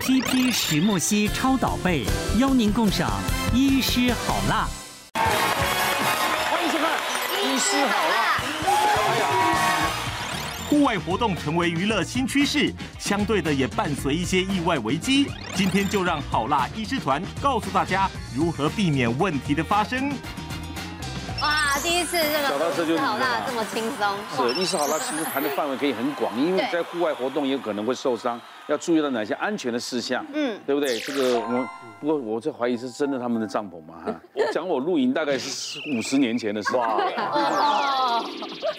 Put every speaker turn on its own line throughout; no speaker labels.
CP 石墨烯超导被，邀您共赏医师好辣。
欢迎收看《医师好辣》。
户外活动成为娱乐新趋势，相对的也伴随一些意外危机。今天就让好辣医师团告诉大家如何避免问题的发生。
哇，第一次这
小到
个
这
医
就
师
你了
好辣这么轻松，
是，
哇
医师好啦，其实谈的范围可以很广，因为
对
在户外活动也可能会受伤，要注意到哪些安全的事项，
嗯
嗯，对不对？这个我们，不过我在怀疑是真的他们的帐篷嘛哈。我讲我露营大概是五十年前的事，哇，
哦，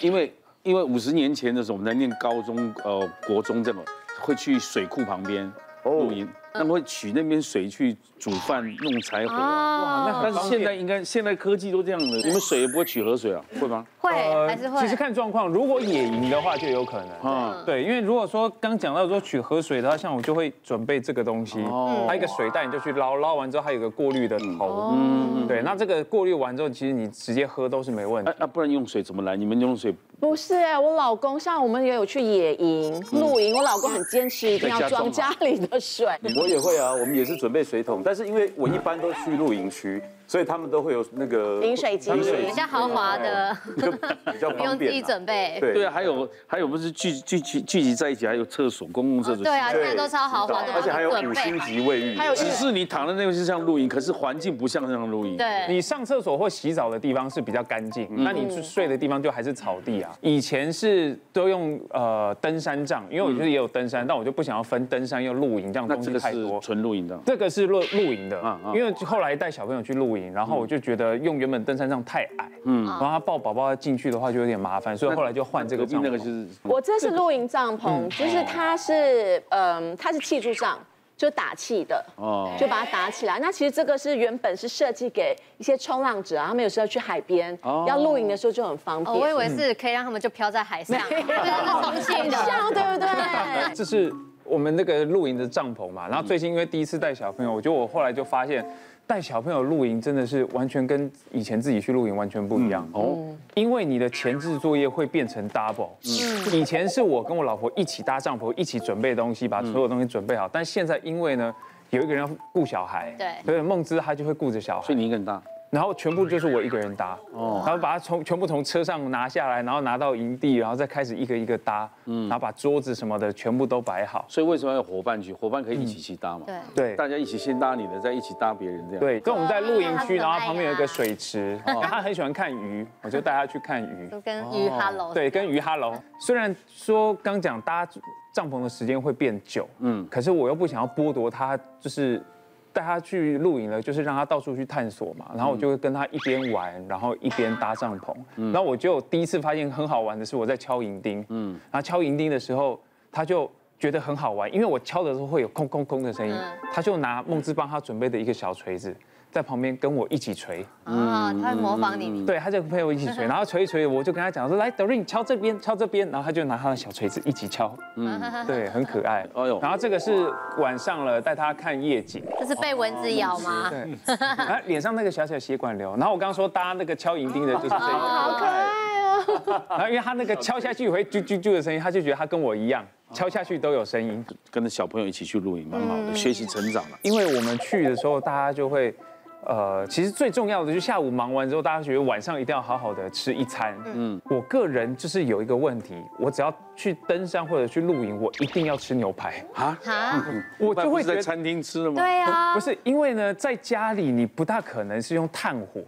因为因为五十年前的时候我们在念高中呃国中这种，会去水库旁边露营，那会取那边水去煮饭弄柴
哦
火。啊
啊
哇，那
但是现在应该现在科技都这样的，你们水也不会取河水啊，会吗？
会还是会，嗯
其实看状况，如果野营的话就有可能。
啊，
对，因为如果说刚讲到说取河水的话，像我就会准备这个东西，
哦
还有一个水袋，你就去捞，捞完之后还有一个过滤的头，嗯，对，那这个过滤完之后，其实你直接喝都是没问题
哎。那不然用水怎么来？你们用水
不是哎、我老公像我们也有去野营、露营，我老公很坚持一定要装家里的水。
我也会啊，我们也是准备水桶，但是因为我一般都去露营区，所以他们都会有那个
饮水机
饮水
比较豪华的，
就比较
不用
方
自己
便啊。
准备。哦
对
对啊，还有还有不是聚聚聚聚集在一起，还有厕所，公共厕所。
对啊，现在都超豪华的，
而且还有
要准
五
备
星。级卫浴，
还有
只是你躺在那个是像露营，可是环境不像那样露营。，
对，
你上厕所或洗澡的地方是比较干净，
嗯
那你去睡的地方就还是草地啊。以前是都用呃登山杖，因为我就是也有登山，但我就不想要分登山又露营，这样
嗯那
东
这
西
个
太
是
多。
纯露营的。
这个是露露营的
嗯，嗯
因为后来带小朋友去露营，然后我就觉得用原本登山杖太矮，嗯，然后他抱宝宝进去的话就有点麻烦，所以后来就换这个
隔壁
帐
那个就
篷。
是
我这是露营帐篷，就是它是嗯、它是气柱帐，就打气的。
哦，
就把它打起来。那其实这个是原本是设计给一些冲浪者啊，他们有时候去海边、
哦
要露营的时候就很方
哦，
便。
我以为是可以让他们就飘在海上，对，那充气
很
的。
像，对不对？
这是我们那个露营的帐篷嘛，然后最近因为第一次带小朋友，我觉得我后来就发现。带小朋友露营真的是完全跟以前自己去露营完全不一
嗯
样
嗯
哦，因为你的前置作业会变成 double。以前是我跟我老婆一起搭帐篷，一起准备东西，把所有东西准备好，但现在因为呢有一个人要顾小孩，
对
所以梦之她就会顾着小孩
所以。你一个人搭。
然后全部就是我一个人搭，然后把它从全部从车上拿下来，然后拿到营地，然后再开始一个一个搭，然后把桌子什么的全部都摆好。
所以为什么要有伙伴去？伙伴可以一起去搭嘛。
对，
对
大家一起先搭你的，再一起搭别人这样。，
对，跟我们在哦露营区，
哇
然后旁边有一个水池，然后他很喜欢看鱼，我就带他去看鱼。
都跟鱼哈喽。
对，跟鱼哈喽。虽然说刚讲搭帐篷的时间会变久，嗯，可是我又不想要剥夺他，就是带他去露营了，就是让他到处去探索嘛。然后我就会跟他一边玩，然后一边搭帐篷。然后我就第一次发现很好玩的是我在敲银钉，嗯，然后敲银钉的时候，他就。觉得很好玩，因为我敲的时候会有空空空的声音，
嗯
他就拿梦之帮他准备的一个小锤子，在旁边跟我一起锤，
哦，他会模仿你。
对，他就陪我一起锤，然后锤一锤，我就跟他讲说，来，Doreen 敲这边，敲这边，然后他就拿他的小锤子一起敲，嗯，对，很可爱。
哎呦
然后这个是晚上了，带他看夜景，
这是被蚊子咬吗？
对，然后脸上那个小小血管瘤，然后我刚刚说搭那个敲银钉的就是这个，
好可爱哦。
然后因为他那个敲下去会啾啾啾的声音，他就觉得他跟我一样，敲下去都有声音。
跟着小朋友一起去露营，蛮好
嗯
的，学习成长啊了。
因为我们去的时候，大家就会，呃，其实最重要的就是下午忙完之后，大家觉得晚上一定要好好的吃一餐。嗯，我个人就是有一个问题，我只要去登山或者去露营，我一定要吃牛排，
啊，
啊，
我就
不
会
是
觉
在
得
餐厅吃的吗？
对啊
不，是因为呢，在家里你不大可能是用炭火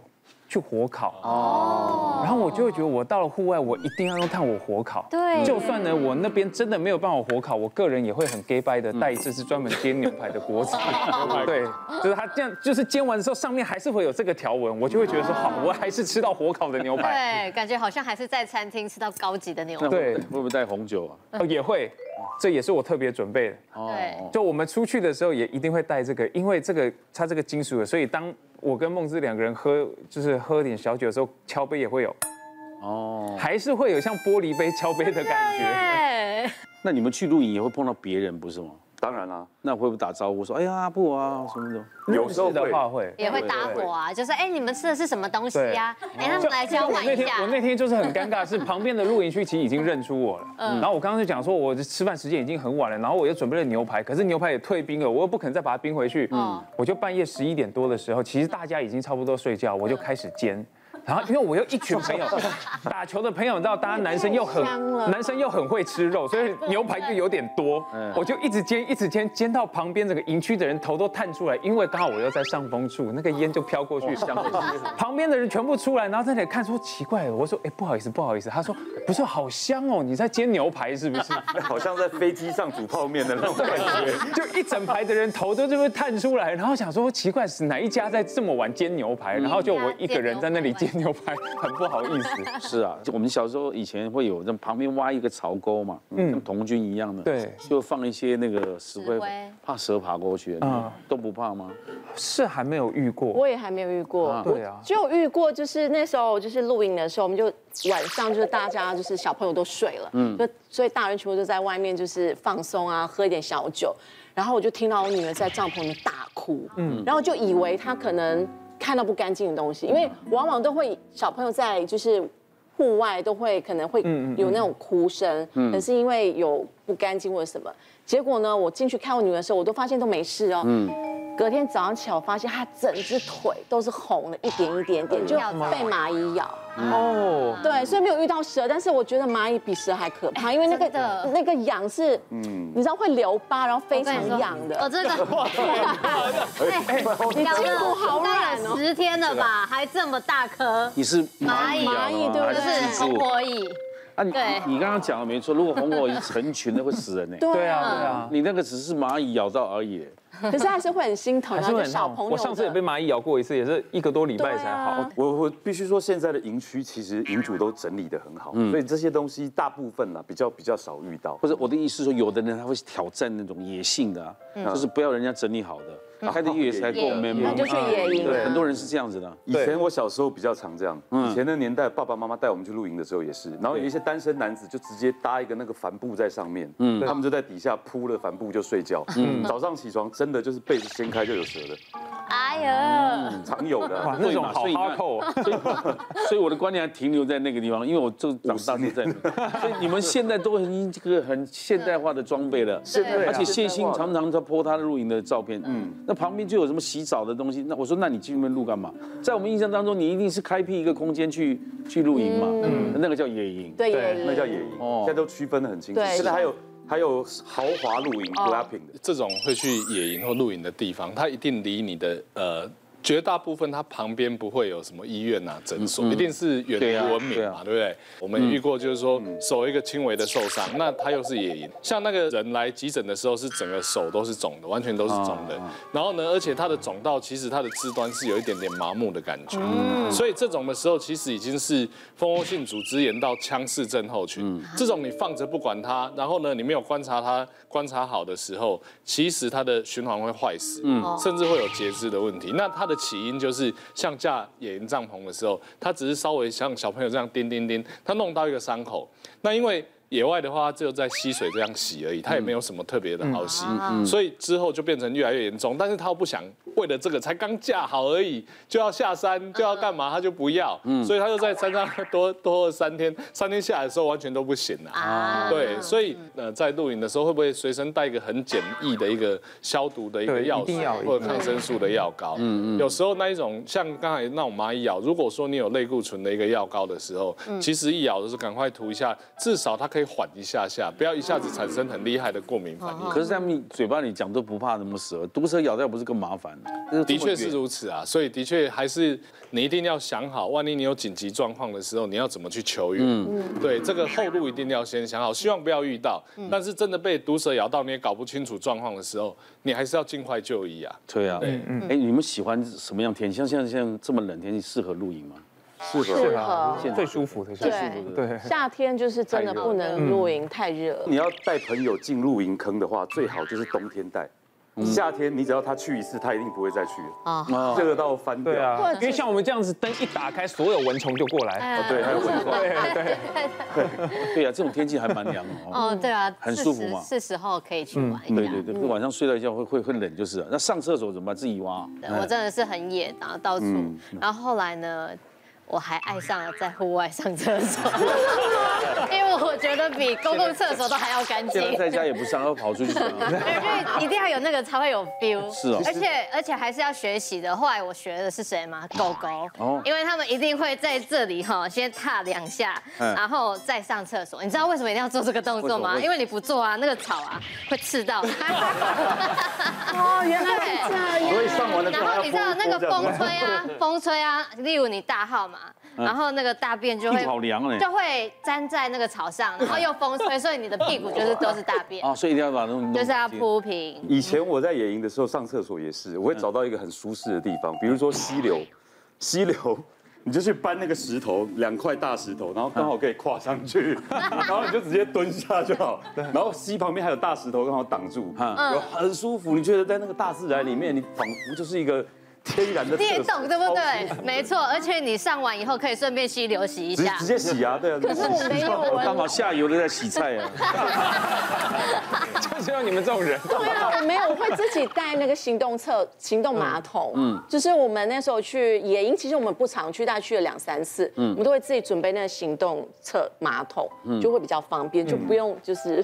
去火烤哦，然后我就会觉得我到了户外，我一定要用炭火火烤。
对
就算呢我那边真的没有办法火烤，我个人也会很 gay 拜的带一次是专门煎牛排的锅子，对，就是它这样，就是煎完之后上面还是会有这个条纹，我就会觉得说好，我还是吃到火烤的牛排，
对，感觉好像还是在餐厅吃到高级的牛排。
对
会不会带红酒啊？
哦也会，这也是我特别准备的。
对，
哦
就我们出去的时候也一定会带这个，因为这个它这个金属的，所以当我跟梦之两个人喝，就是喝点小酒的时候，敲杯也会有，
哦，
还是会有像玻璃杯敲杯的感觉。
对，
那你们去露营也会碰到别人不是吗？
当然啦、
那会不会打招呼说哎呀阿布啊什么的？
有时候
的
会。
话会。
也会搭伙啊，就说哎，你们吃的是什么东西
对
呀？哎，他们来交
我
换
那
一
天
下
我。那天就是很尴尬，是旁边的露营区其实已经认出我了。
嗯
然后我刚刚就讲说，我吃饭时间已经很晚了，然后我又准备了牛排，可是牛排也退冰了，我又不肯再把它冰回去。嗯，我就半夜十一点多的时候，其实大家已经差不多睡觉，我就
嗯
开始煎。然后，因为我有一群朋 友，打球的朋友，你知道，大家男生又很
太香了
男生又很会吃肉，所以牛排就有点多，
嗯
我就一直煎，一直煎，煎到旁边整个营区的人头都探出来，因为刚好我又在上风处，那个烟就飘过去，
哦
旁边的人全部出来，然后在那里看，说奇怪，我说哎、不好意思不好意思，他说不是好香哦，你在煎牛排是不 是？
好像在飞机上煮泡面的那种感觉。
就一整排的人头都这么探出来，然后想说奇怪是哪一家在这么晚煎牛排，然后就我一个人在那里煎牛排，很不好意思。
是啊，就我们小时候以前会有，那旁边挖一个槽沟嘛，嗯，像童军一样的，
对
就放一些那个石
石
灰
灰，
怕蛇爬过去，
嗯
都不怕吗？
是还没有遇过，
我也还没有遇过，
对啊
就遇过，就是那时候就是露营的时候，我们就晚上就是大家就是小朋友都睡了，嗯，就所以大人全部都在外面就是放松啊，喝一点小酒，然后我就听到我女儿在帐篷里面大哭，嗯，然后就以为她可能看到不干净的东西，因为往往都会小朋友在就是。户外都会可能会
嗯
有那种哭声，可是因为有不干净或者什么，结果呢，我进去看我女儿的时候，我都发现都没事哦。
嗯
隔天早上起来，我发现她整只腿都是红的，一点一点
嗯
点，就被蚂蚁咬。
哦，
对，所以没有遇到蛇，但是我觉得蚂蚁比蛇还可怕，因为那个
哎真的
那个痒是，
嗯
你知道会留疤，然后 非
我跟你
常
说
痒的。
哦，这个， 哎，养了应该有十天了吧，还这么大颗，
你是蚂蚁啊
蚂蚁对不
还
就是
是
是
蜘
红
蛛
火蚁，
啊？你
对
你刚刚讲的没错，如果红火蚁成群的会死人呢。
对啊对啊，
你那个只是蚂蚁咬到而已，
可是还是会很心疼，
还是
然后
会
就
很
小朋
痛。
友的。
我上次也被蚂蚁咬过一次，也是一个多礼拜才好。
对啊
我我必须说，现在的营区其实营主都整理的很好，所以这些东西大部分呢比较比较少遇到。
或者我的意思是说，有的人他会挑战那种野性的啊，
嗯
就是不要人家整理好的，啊开的越野才够
野
man
那
嘛。
就去
嗯
野营
对，
啊
很。多人是这样子的。
以前我小时候比较常这样，以前的年代，爸爸妈妈带我们去露营的时候也是，然后有一些单身男子就直接搭一个那个帆布在上面，他们就在底下铺了帆布就睡觉，早上起床真的就是被子掀开就有蛇了，
哎呀，
常有的
哇
啊。，
那种好
所以你看
哈扣哦，
所以我的观念还停留在那个地方，因为我就长大就在那。所以你们现在都很这个很现代化的装备
嗯
了，
啊现代化
而且谢欣常常在播他的露营的照片，嗯，那旁边就有什么洗澡的东西，那我说那你去那边录干嘛？在我们印象当中，你一定是开辟一个空间去去露营嘛，嗯，那个叫野营，
对
对
野营，
那叫野营，
哦
现在都区分的很清楚。
对
现在还有还有豪华露营 glamping 的，
这种会去野营或露营的地方，它一定离你的呃。绝大部分它旁边不会有什么医院啊、诊所，一定是远
对啊
离文明
对啊
嘛，对不对？我们遇过就是说手一个轻微的受伤，那他又是野营，像那个人来急诊的时候是整个手都是肿的，完全都是肿的。
啊
然后呢，而且它的肿到其实它的肢端是有一点点麻木的感觉，
嗯
所以这种的时候其实已经是蜂窝性组织炎到腔室症候
嗯
群。这种你放着不管它，然后呢，你没有观察它，观察好的时候，其实它的循环会坏死，
嗯
甚至会有截肢的问题。那它的起因就是像架野营帐篷的时候，它只是稍微像小朋友这样叮叮叮，它弄到一个伤口。那因为野外的话，它只有在溪水这样洗而已，它也没有什么特别的好洗，所以之后就变成越来越严重。但是他又不想为了这个才刚架好而已，就要下山就要干嘛，他就不要，所以他就在山上多多了三天，三天下来的时候完全都不行了、
啊，
对，所以呃，在露营的时候会不会随身带一个很简易的一个消毒的一个
对
药
一定
水
要
或者抗生素的药膏？嗯嗯。有时候那一种像刚才那种蚂蚁咬，如果说你有类固醇的一个药膏的时候，其实一咬的时候赶快涂一下，至少它可以缓一下下，不要一下子产生很厉害的过敏反
啊
应。
可是他们嘴巴里讲都不怕什么蛇，毒蛇咬掉不是更麻烦？
的确是如此啊，所以的确还是你一定要想好，万一你有紧急状况的时候，你要怎么去求援？对，这个后路一定要先想好，希望不要遇到。但是真的被毒蛇咬到，你也搞不清楚状况的时候，你还是要尽快就医啊。
对啊，
嗯
哎，你们喜欢什么样天气？像现在像这么冷天气，适合露营吗？
适合。
最舒服的是
对
对啊
夏天就是真的嗯不能露营，太热了。
你要带朋友进露营坑的话，最好就是冬天带。夏天你只要他去一次，他一定不会再去了，
啊，
热到翻掉。
对啊，
者哎
因为像我们这样子，灯一打开，所有蚊虫就过来。
哦，对，还有蚊虫。
对啊，这种天气还蛮凉的哦。
哦，对啊，
很舒服嘛
是时是时候可以去玩一下。
对对对，晚上睡了一觉会会会冷就是了。那上厕所怎么办？自己挖。
对我真的是很野，然后到处，然后后来呢，我还爱上了在户外上厕所， 因为我觉得比公共厕所都还要干净
现。在在家也不上，要跑出去啊上。
对，哎就一定要有那个才会有 feel。
是哦
而且而且还是要学习的。后来我学的是谁吗？狗狗。
哦
哦。因为他们一定会在这里哈，先踏两下，
嗯
然后再上厕所。你知道为什么一定要做这个动作吗？
为什么
因为你不做啊，那个草啊会刺 到它。哦，原来是这样。
所以上完了之
然
后
后你知道那个
这样
风吹 啊，风吹啊，例如你大号嘛，然后那个大便就
嗯屁
会
股好凉哎
就会粘在那个草上，然后又风 吹，所以你的屁股就是都是大便。
啊，所以一定要把那种
就是要铺平。
以前我在野营的时候上厕所也是，我会找到一个很舒适的地方，比如说溪流，溪流。你就去搬那个石头，两块大石头，然后刚好可以跨上去，然后你就直接蹲下就好。然后溪旁边还有大石头刚好挡住，
啊
嗯
有很舒服。你觉得在那个大自然里面，你仿佛就是一个天然的
裂
厕所
洞对不对？没错，而且你上完以后可以顺便吸流洗一
直
下
直。接洗啊，对啊。可
是我没有
刚
蚊，
好下游的在洗菜啊。
就是要你们这种人，
对啊，我没有，我会自己带那个行动厕、行动马桶。嗯，就是我们那时候去野营，其实我们不常去，大概去了两三次。嗯，我们都会自己准备那个行动厕马桶，就会比较方便，就不用就是。